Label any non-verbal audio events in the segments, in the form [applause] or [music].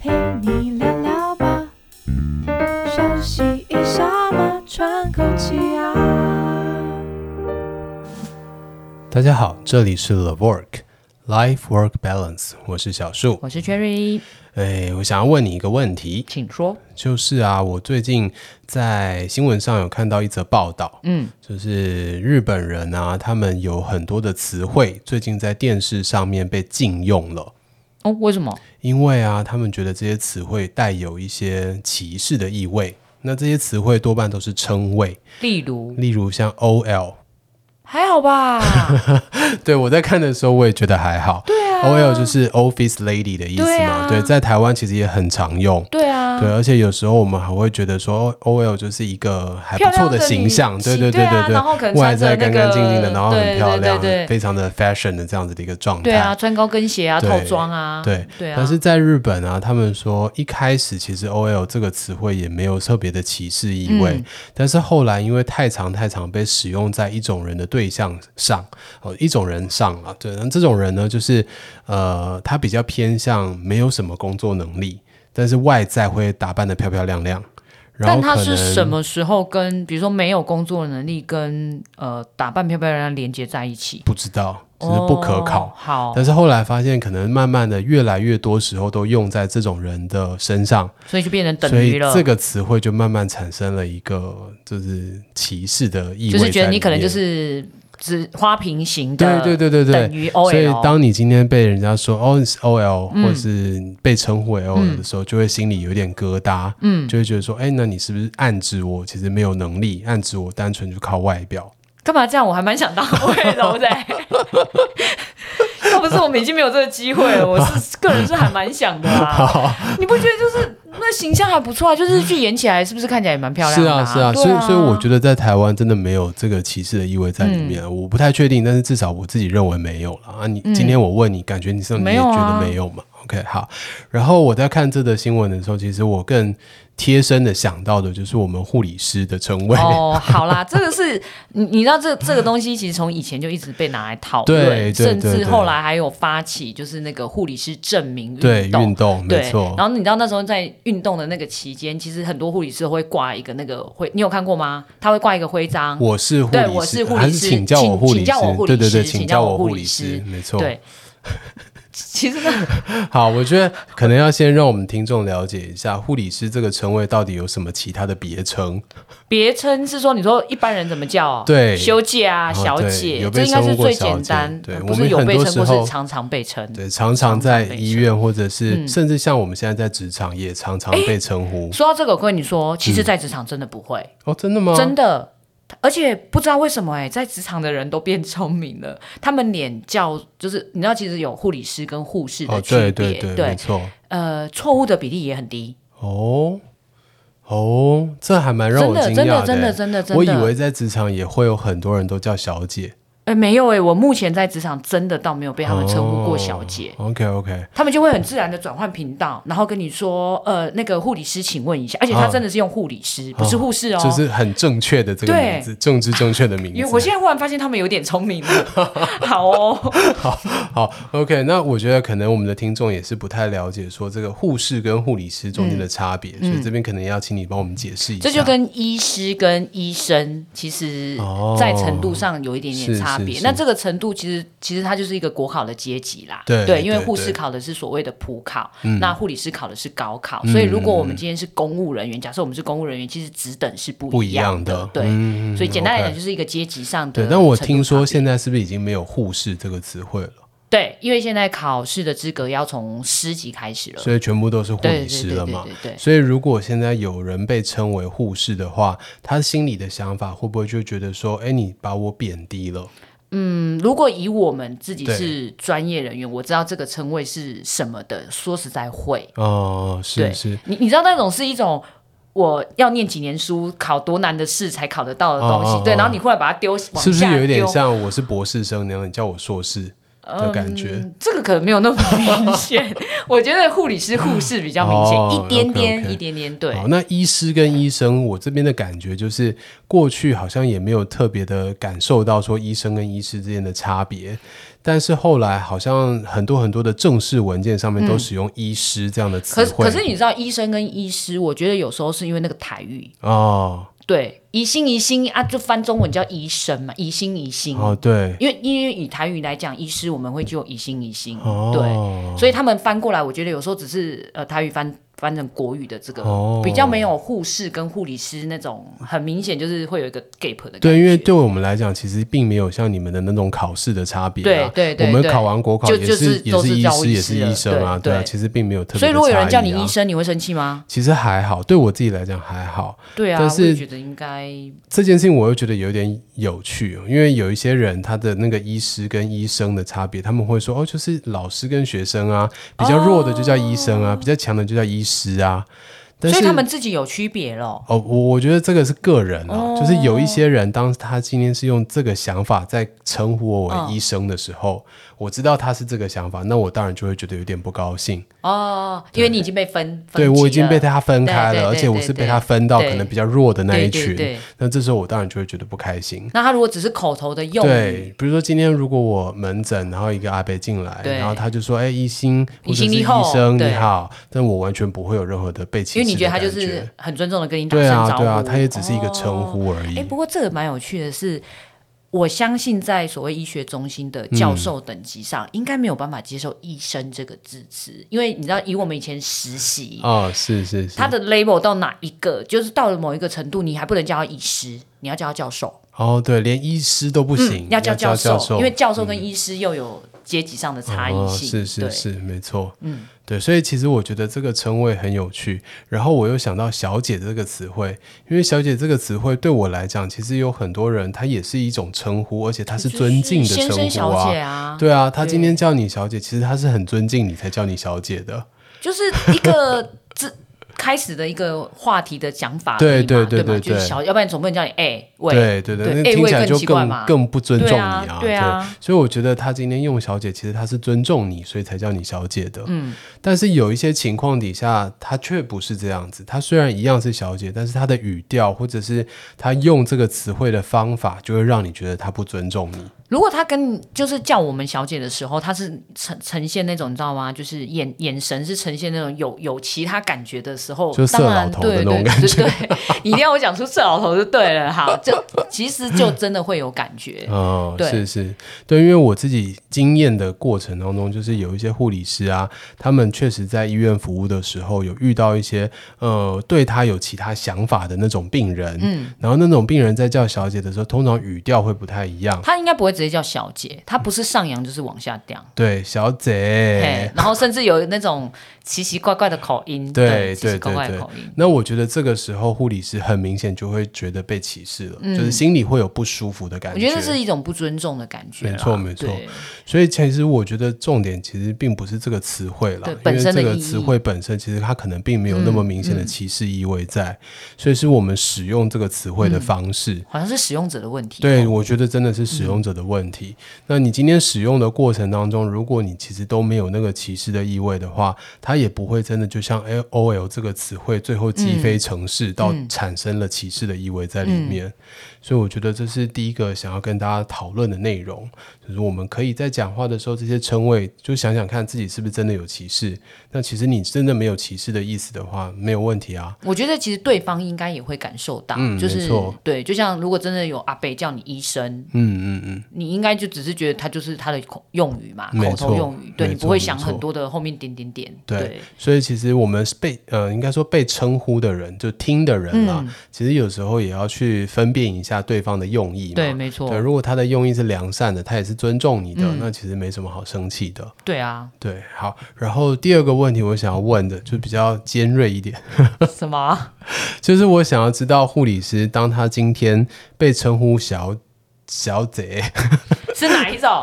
陪你聊聊吧，休息一下嘛，喘口气啊。大家好，这里是 The Work Life Work Balance，我是小树。我是 Cherry，哎，我想要问你一个问题，请说。就是啊，我最近在新闻上有看到一则报道，嗯，就是日本人啊，他们有很多的词汇最近在电视上面被禁用了。哦，为什么？因为啊，他们觉得这些词汇带有一些歧视的意味。那这些词汇多半都是称谓，例如例如像 OL。还好吧？对我在看的时候，我也觉得还好。对啊，OL 就是 Office Lady 的意思嘛。对啊对，在台湾其实也很常用。对啊，对，而且有时候我们还会觉得说哦，OL 就是一个还不错形象，对漂对对亮的女对啊对然后可能外穿着在干干净净的，那个然后很漂亮，对对对对非常的 fashion 的这样子的一个状态。对啊，穿高跟鞋啊，对套装啊，对对啊。但是在日本啊，他们说一开始其实 OL 这个词汇也没有特别的歧视意味，嗯但是后来因为太常太常被使用在一种人的对象上，哦，一种人上啊，对，那这种人呢，就是呃，他比较偏向没有什么工作能力，但是外在会打扮的漂漂亮亮，然但后他可是能什么时候跟比如说没有工作能力跟呃打扮漂漂亮亮连接在一起？不知道，只是不可考。哦好，但是后来发现，可能慢慢的，越来越多时候都用在这种人的身上，所以就变成所等以于了。这个词汇就慢慢产生了一个就是歧视的意味在里就面，是觉得你可能就是只花瓶型对的，对对对等对。于所以 OL。当你今天被人家说哦你是 OL，、嗯或是被称呼为 OL 的时候，就会心里有点疙瘩，嗯，就会觉得说，哎，那你是不是暗指我其实没有能力，暗指我单纯就靠外表？干嘛这样？我还蛮想当 [laughs] OL 的、欸。要不是我们已经没有这个机会了，我是个人是还蛮想 [laughs] 的啊。你不觉得就是那形象还不错啊？就是去演起来，是不是看起来也蛮漂亮是的、啊，是啊，对所以所以我觉得得在台湾真的没有这个歧视的意味在里面，我不太确定，但是至少我自己认为没有了啊。你、嗯今天我问你，感觉你上你没也有觉啊得没有嘛？OK，好。然后我在看这则新闻的时候，其实我更贴身的想到的就是我们护理师的称谓。哦，好啦，这个是你你知道这这个东西，其实从以前就一直被拿来讨对对论，对甚至对后来还有发起就是那个护理师证明 [laughs] 对，运动。动没对，错。然后你知道那时候在运动的那个期间，其实很多护理师会挂一个那个徽，你有看过吗？他会挂一个徽章，我是护对理我师，是护理还是师请叫我请护理请叫我护理对对对，师请请叫我我护护理师师，没错。对。其实呢， [laughs] 好，我觉得可能要先让我们听众了解一下护理师这个称谓到底有什么其他的别称。别称是说，你说一般人怎么叫、哦？对修姐啊，哦小对姐，有被这应该称是呼过最小简姐单，对呃我不们是有很被多称，时或候是常常被称。对，常常在嗯常被医院或者是、嗯甚至像我们现在在职场也常常被称呼。说到这个，我跟你嗯说，其实，在职场真的不会，哦，真的吗？真的。而且不知道为什么哎、在职场的人都变聪明了，他们脸叫就是你知道，其实有护理师跟护士哦，的区别，对对对，没错。呃，错误的比例也很低，哦哦，这还蛮让真我的惊真讶的真的的欸。真的真的，我以为在职场也会有很多人都叫小姐，哎、没有哎、我目前在职场真的倒没有被他们称呼过小姐，哦 OK OK，他们就会很自然的转换频道，然后跟你说，呃，那个护理师，请问一下，而且他嗯真的是用护理师，不是护士哦。啊就是很正确的这个对名字，政治正确的名因为字。我现在忽然发现他们有点聪明了， [laughs] 好哦，好，OK，那我觉得可能我们的听众也是不太了解说这个护士跟护理师中间的差别，所以这边可能要请你帮我们解释一下。嗯这就跟医师跟医生其实哦在程度上有一点点是差是别。是那这个程度其实其实它就是一个国考的阶级啦，对因为对护士对考的是所谓的普考，嗯那护理师考的是高考，嗯所以如果我们今天是公务人员，假设我们是公务人员，其实职等是不不一一样的，的，对。嗯所以简单来 OK 讲，就是一个阶级上的对，程度差别。但我听说现在是不是已经没有护士这个词汇了？对，因为现在考试的资格要从师级开始了，所以全部都是护理对对师对了对嘛对？对，所以如果现在有人被称为护士的话，他心里的想法会不会就觉得说，哎，你把我贬低了？嗯，如果以我们自己对是专业人员，我知道这个称谓是什么的，说实在会，哦，是对是，你你知道那种是一种。我要念几年书，考多难的试才考得到的东西，哦哦哦对，然后你忽然把它丢，往是不是下有一点丢像我是博士生那样，你叫我硕士的感觉？嗯这个可能没有那么 [laughs] 明显，我觉得护理师、护士比较明显、哦一点点 OK，OK 一点点。对，好，那医师跟医生，我这边的感觉就是，过去好像也没有特别的感受到说医生跟医师之间的差别，但是后来好像很多很多的正式文件上面都使用医师这样的词嗯可是汇。可是你知道，医生跟医师，我觉得有时候是因为那个台语，哦对，疑心疑心啊，就翻中文叫医生嘛，疑心疑心。哦对因为因为以台语来讲，医师我们会就疑心疑心，哦对，所以他们翻过来，我觉得有时候只是呃台语翻翻成国语的这个、哦比较没有护士跟护理师那种很明显就是会有一个 gap 的感觉。对，因为对我们来讲，其实并没有像你们的那种考试的差别、啊。对对对我们对考完国考就也就是是也都是是医叫师医也师是医了生啊，对对啊，对其实并没有特别、的所以如果有人差叫异你啊医生，你会生气吗？其实还好，对我自己来讲还好。对啊，但我也是觉得应该这件事情我又觉得有点有趣哦，因为有一些人他的那个医师跟医生的差别，他们会说哦，就是老师跟学生啊，比较弱的就叫医生啊，比较强的就叫医师啊。但哦所是以他们自己有区别咯。哦，我我觉得这个是个人啊，哦就是有一些人，当他今天是用这个想法在称呼我为医生的时候，哦我知道他是这个想法，那我当然就会觉得有点不高兴。哦，因为你已经被分，对分级我已经了被他分开对对了，而对且我对是被对他分到对可能比较弱的那一对对群对，那这时候我当然就会觉得不开心。那他如果只是口头的用语，对，比如说今天如果我门诊，然后一个阿伯进来，对然后他就说：“哎，医生，医生医你好生你对好。”但我完全不会有任何的被歧视因为你的觉得他感觉就是很尊重的跟你打对声啊，招呼，对啊，他也只是一个称哦。呼而已。哎、不过这个蛮有趣的是，我相信在所谓医学中心的教授等级上，嗯应该没有办法接受“医生”这个字词，因为你知道，以我们以前实习，哦，是是是，他的 label 到哪一个，就是到了某一个程度，你还不能叫他医师，你要叫他教授，哦，对，连医师都不行，嗯要叫教授，授，嗯因为教授跟医师又有阶级上的差异性，哦、是是对是，没错，嗯，对，所以其实我觉得这个称谓很有趣，然后我又想到“小姐”这个词汇，因为“小姐”这个词汇对我来讲，其实有很多人她也是一种称呼，而且她是尊敬的就是先称生呼小姐啊。啊，对啊，她对今天叫你小姐，其实她是很尊敬你才叫你小姐的。就是一个这开始的一个话题的讲法而已嘛，对对对对对嘛就是对小，要不然总不能叫你哎喂，对对对，对那哎听我起也来更就奇怪更嘛更不尊重你啊。对啊对啊所以我觉得她今天用小姐，其实她是尊重你，所以才叫你小姐的。嗯，但是有一些情况底下，她却不是这样子。她虽然一样是小姐，但是她的语调或者是她用这个词汇的方法，就会让你觉得她不尊重你。如果他跟就是叫我们小姐的时候，他是呈呈现那种你知道吗？就是眼眼神是呈现那种有有其他感觉的时候，就色当然老头的那对种对感对对， [laughs] 你一定要我讲出色老头就对了。好，这其实就真的会有感觉。哦，对是是，对，因为我自己经验的过程当中，就是有一些护理师啊，他们确实在医院服务的时候，有遇到一些呃对他有其他想法的那种病人，嗯，然后那种病人在叫小姐的时候，通常语调会不太一样，他应该不会直接叫小姐，他不是上扬就是往下掉。对，小姐嘿，，然后甚至有那种奇奇怪怪的口音，对奇对奇怪怪对的对口音。。那我觉得这个时候护理师很明显就会觉得被歧视了，就是心里会有不舒服的感嗯我觉得这是一种不尊重的感觉啦，没错没错对所以其实我觉得重点其实并不是这个词汇啦对，因本为身这的个意义嗯词汇本身其实它可能并没有那么明显的歧视意味在，所以是我们使用这个词汇嗯的方式。好像是使用者的问题。哦对，我觉得真的是使用者的问题。那你今天使用的过程当中，如果你其实都没有那个歧视的意味的话，它也不会真的就像哎 O L 这个词汇最后击飞城市，到产生了歧视的意味在里面。所以我觉得这是第一个想要跟大家讨论的内容，就是我们可以在讲话的时候，这些称谓就想想看自己是不是真的有歧视。那其实你真的没有歧视的意思的话，没有问题啊。我觉得其实对方应该也会感受到，嗯就没是错对，就像如果真的有阿北叫你医生，嗯嗯嗯，你应该就只是觉得他就是他的口用语嘛，没口错头用语，对没你错不会想没错很多的后面点点点。对所以其实我们是被呃，应该说被称呼的人，就听的人嗯啦，其实有时候也要去分辨一下对方的用意嘛。对，没错嗯对，，如果他的用意是良善的，他也是尊重你的，那其实没什么好生气的。对啊，对，好。然后第二个问题，我想要问的就比较尖锐一点， [laughs] 什么？啊就是我想要知道护理师当他今天被称呼小小 [laughs] 姐， [laughs] 哎是哪一种？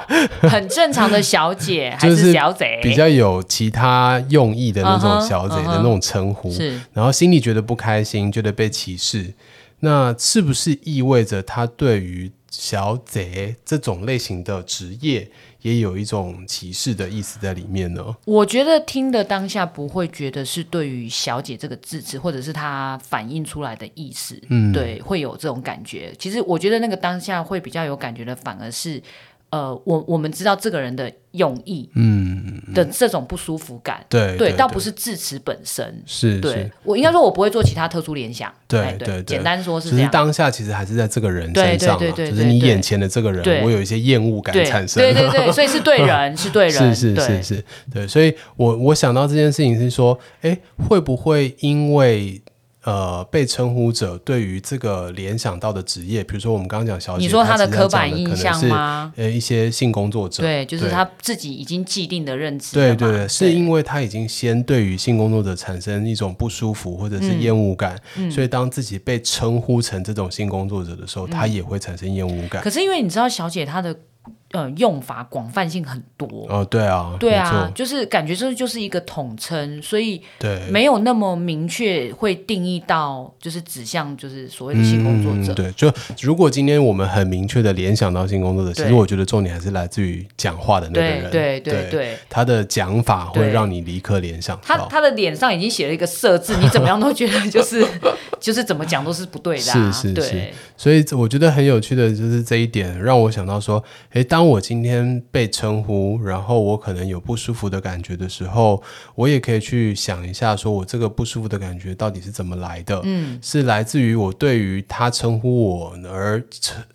很正常的小姐还就是小贼？比较有其他用意的那嗯种哼小姐的嗯哼那种称呼，是然后心里觉得不开心，觉得被歧视，那是不是意味着他对于小姐这种类型的职业也有一种歧视的意思在里面呢？我觉得听的当下不会觉得是对于“小姐”这个字词，或者是她反映出来的意思，嗯对，会有这种感觉。其实我觉得那个当下会比较有感觉的，反而是。呃，我我们知道这个人的用意嗯，的这种不舒服感，对对，倒不是致辞本身。是对是，我应该说，我不会做其他特殊联想。对哎对对简单说是只这是样。当下其实还是在这个人身上对啊，对对对就是你对眼前的这个对人，我有一些厌恶感对产生。 [laughs] 对对对，所以是对人，是对是人，是对是是，对，所以我我想到这件事情是说，哎，会不会因为呃被称呼者对于这个联想到的职业，比如说我们刚刚讲小姐，你说她她的其实要刻板讲的印可能象是吗？呃，一些性工作者，对，就是对他自己已经既定的认知了对嘛。对对，是因为他已经先对于性工作者产生一种不舒服或者嗯是厌恶感，所以当自己被称呼成这种性工作者的时候，他也会产生厌恶感嗯可。是因为你知道，小姐她的呃用法广泛性很多，哦，对啊，对没啊错，就是感觉这就是一个统称，所以对，没有那么明确会定义到就是指向就是所谓的性工作者。嗯。对，就如果今天我们很明确的联想到性工作者，其实对我觉得重点还是来自于讲话的那个对人，对对对，他的讲法会对让你立刻联想他到。他的脸上已经写了一个“色”字，你怎么样都觉得就是 [laughs] 就是怎么讲都是不对的、啊。 [laughs] 是是对所以我觉得很有趣的就是这一点，让我想到说，诶，当我今天被称呼，然后我可能有不舒服的感觉的时候，我也可以去想一下，说我这个不舒服的感觉到底是怎么来的？嗯，是来自于我对于他称呼我而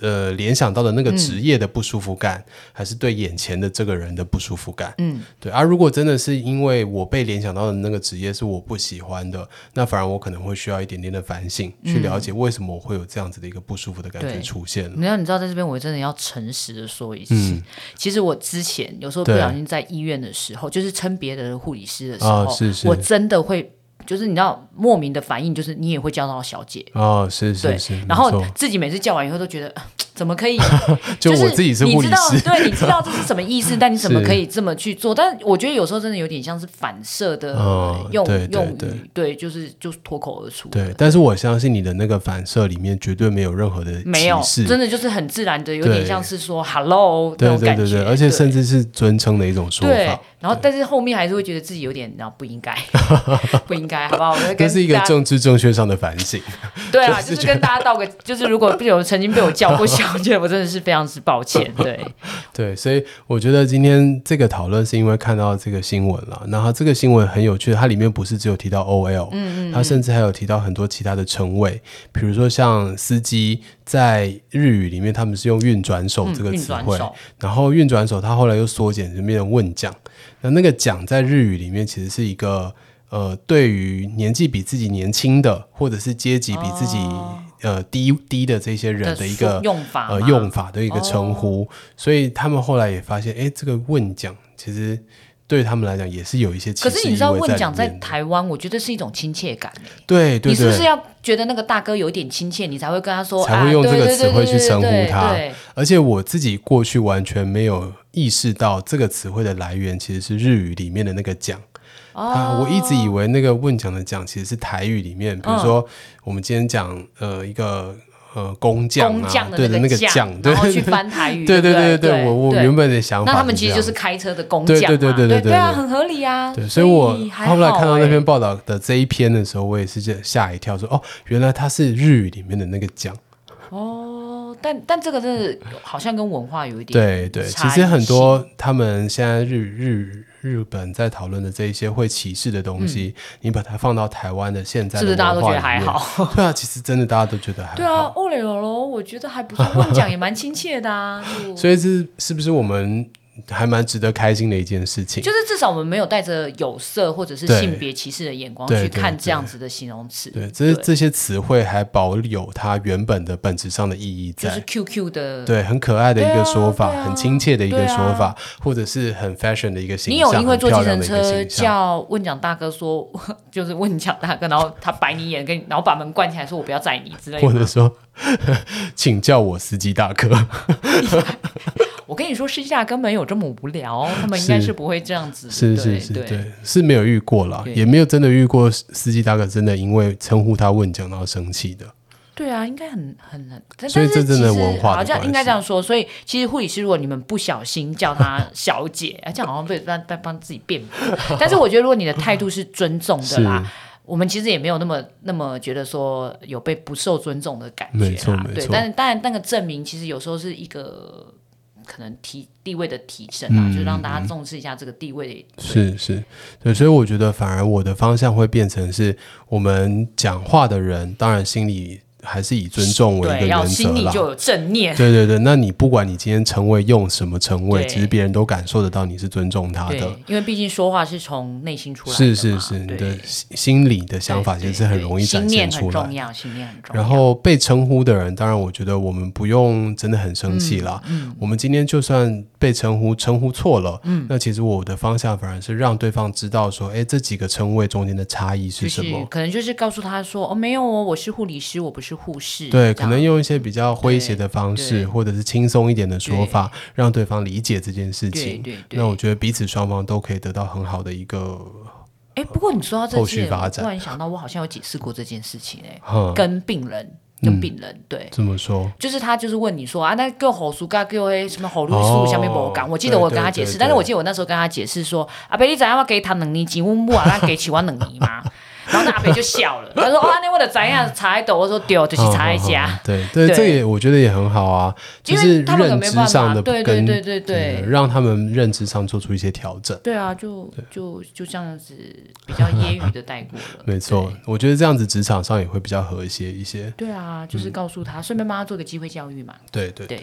呃联想到的那个职业的不舒服感，还是对眼前的这个人的不舒服感？嗯，对。而、如果真的是因为我被联想到的那个职业是我不喜欢的，那反而我可能会需要一点点的反省，去了解为什么我会有这样子的一个不舒服的感觉嗯对出现了。没有，你知道，在这边我真的要诚实的说一次，嗯其实我之前有时候不对小心在医院的时候，就是称别人的护理师的时候，啊是是我真的会，就是你知道，莫名的反应就是你也会叫到小姐，哦，是对，是是，没然后错自己每次叫完以后都觉得。呃怎 [laughs] 么可以？就是我自己是护你理知道，师，对，你知道这是什 [laughs] 么意思，但你怎么是可以这么去做？但我觉得有时候真的有点像是反射的哦用对对用对语，对，就是就是脱口而出的。对。但是我相信你的那个反射里面绝对没有任何的没有，歧视真的就是很自然的，有点对像是说 “hello” 那对种对感对觉，对，而且甚至至是尊称的一种说对法。，然后但是后面还是会觉得自己有点，然后 [laughs] 不应该，不应该，好不好？我就这跟是一个大家政治正确上的反省，对啊，就是就是跟大家道个，就是如果有曾经被我叫过小姐，我真的是非常之抱歉。对，对，所以我觉得今天这个讨论是因为看到这个新闻了，然后这个新闻很有趣，它里面不是只有提到 OL，嗯嗯它甚至还有提到很多其他的称谓，比如说像司机在日语里面他们是用运转手 [laughs] 嗯这个运词转汇，手然后运转手它后来又缩减成变成问讲，那那个讲在日语里面其实是一个。呃，对于年纪比自己年轻的，或者是阶级比自己、呃低低的这些人的一个说哦用法哦呃嘛用法的一个称呼，所以他们后来也发现，哎，这个问讲其实对他们来讲也是有一些歧可视是意你味知道在里面的。问讲在台湾，我觉得是一种亲切感、欸对对对，你是不是要觉得那个大哥有点亲切，你才会跟他说，才会用啊这对个对词汇对去称呼对对他对而且我自己过去完全没有意识到这个词汇的来源其实是日语里面的那个讲。哦啊，我一直以为那个问讲的讲其实是台语里面，比如说嗯我们今天讲呃一个呃工匠工啊，匠对的的那个匠，对然后去翻台 [laughs] 语，对对对不对，我我原本的想法那这样，他们其实就是开车的工对匠嘛，对对对对对对啊，对很合理啊。对，所以我还后来好看到那欸篇报道的这一篇的时候，我也是这吓一跳说，哦，原来它是日语里面的那个讲。哦，但但这个真的好像跟文化有一点对对，差其实异很性多他们现在日日日本在讨论的这一些会歧视的东西，你把它放到台湾的现在嗯是的不是大家文都化觉得里还面？好？ [laughs] 对啊，其实真的大家都觉得还好。对啊，欧蕾柔柔，我觉得还不错，问讲也蛮亲切的啊。 [laughs] 就所以这是不是我们还蛮值得开心的一件事情？就是至少我们没有带着有色或者是对性别歧视的眼光对去对看对这样子的形容词。对，这这些词汇还保有它原本的本质上的意义就在。是 QQ 的。对，很可爱的一对个啊说法，对啊很亲切的一个对啊说法，或者是很 fashion 的一个形象，你有因为坐计很漂亮程的一个车形象。叫问讲大哥说， [laughs] 就是问讲大哥，然后他白你眼，跟你，然后把门关起来，说我不要载你之类或者的。说， [laughs] 请叫我司机大哥。我跟你说，私下根本有这么无聊，他们应该是是不会这样子。是是对是，对。对，是没有遇过啦，对也没有真的遇过司机大哥真的因为称呼他问讲然后生气的。对啊，应该很很很，但所以但是这真的其实文化的好像关应该系这样说。所以其实护理师，如果你们不小心叫她小姐， [laughs] 啊这样好像被帮帮帮自己辩驳。 [laughs] 但是我觉得，如果你的态度是尊重的 [laughs] 是啦，我们其实也没有那么那么觉得说有被不受尊重的感觉啦。没错没对，错但是当然那个证明，其实有时候是一个可能提地位的提升嗯啊，就让大家重视一下这个地位。是是，对，所以我觉得反而我的方向会变成是我们讲话的人，当然心里还是以尊重嗯为一个对，要原心则里啦。就有正念。对对对，那你不管你今天成为用什么称谓，对其实别人都感受得到你是尊重他对的。，因为毕竟说话是从内心出来的是嘛。是是，你的对心心理的想法对其实很对容易展心现念出很来重。要，心念很重要。然后被称呼的人，当然我觉得我们不用真的很生嗯气啦。我们今天就算被称呼称呼错了，嗯那其实我的方向反而是让对方知道说，哎，这几个称谓中间的差异就是什是么。可能就是告诉他说：“哦，没有哦，我是护理师，我不是护士。”对，这可样能用一些比较诙谐的方对式，或者是轻松一点的说对法，让对方理解这件事对情。对对。那我觉得彼此双方都可以得到很好的一个，哎，不过你说到这后续件，发我展嗯突然想到，我好像有解释过这件事情哎、哼，跟病人，嗯跟病人，对，这么说，就是他就是问你说啊，那个吼叔嘎给我什么吼路叔下面我讲，哦我记得我有跟他解对释，对对但是我记得我那时候跟他解释说，阿伯你怎样我给他两年钱，我母啊那给起我两年嘛， [laughs] 然后那阿伯就笑了，他说哦，那我的怎样查一斗，我说对，就是查一嗯嗯家嗯，对对，对这也我觉得也很好啊，就因是为他们有认没有知办上法，的对对跟对对对嗯。让他们认知上做出一些调整。。对啊，就就就这样子比较揶揄的带过了 [laughs] 没错，我觉得这样子职场上也会比较和谐一些。对，对啊，就是告诉他，顺便帮他做个机会教育嘛。对嗯对对，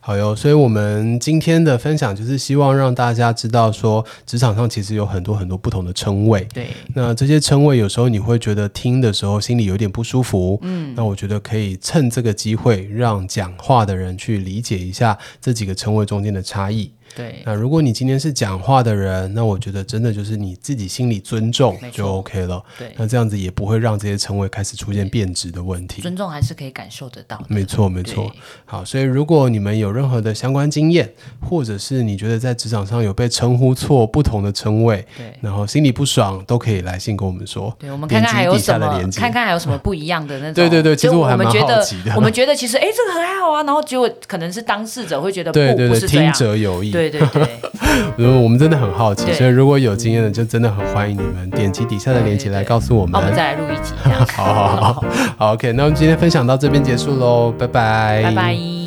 好哟，所以我们今天的分享就是希望让大家知道说，职场上其实有很多很多不同的称谓。对，那这些称谓有时候你会觉得听的时候心里有点不舒服，嗯，那我觉得可以趁这个机会让讲话的人去理解一下这几个称谓中间的差异。对，那如果你今天是讲话的人，那我觉得真的就是你自己心里尊重没错就 OK 了。对，那这样子也不会让这些称谓开始出现变质的问题。尊重还是可以感受得到的。没错，嗯没对错。好，所以如果你们有任何的相关经验，或者是你觉得在职场上有被称呼错不同的称谓，对然后心里不爽，都可以来信跟我们说。对，我们点看看击还有底什下的么连，接看看还有什么不一样的 [laughs] 那种。对对对其实就我还们蛮觉好得奇的，我们觉得其实哎，这个很好啊，然后结果可能是当事者会觉得不对对不对，是这听样。者有意。[laughs] 对对对，如果我们真的很好奇，对所以如果有经验的，就真的很欢迎你们点击底下的链接对对来告诉我那们。。我们再来录一集，这样好好好好好，OK，那我们今天分享到这边结束喽，拜拜， [laughs] 拜拜。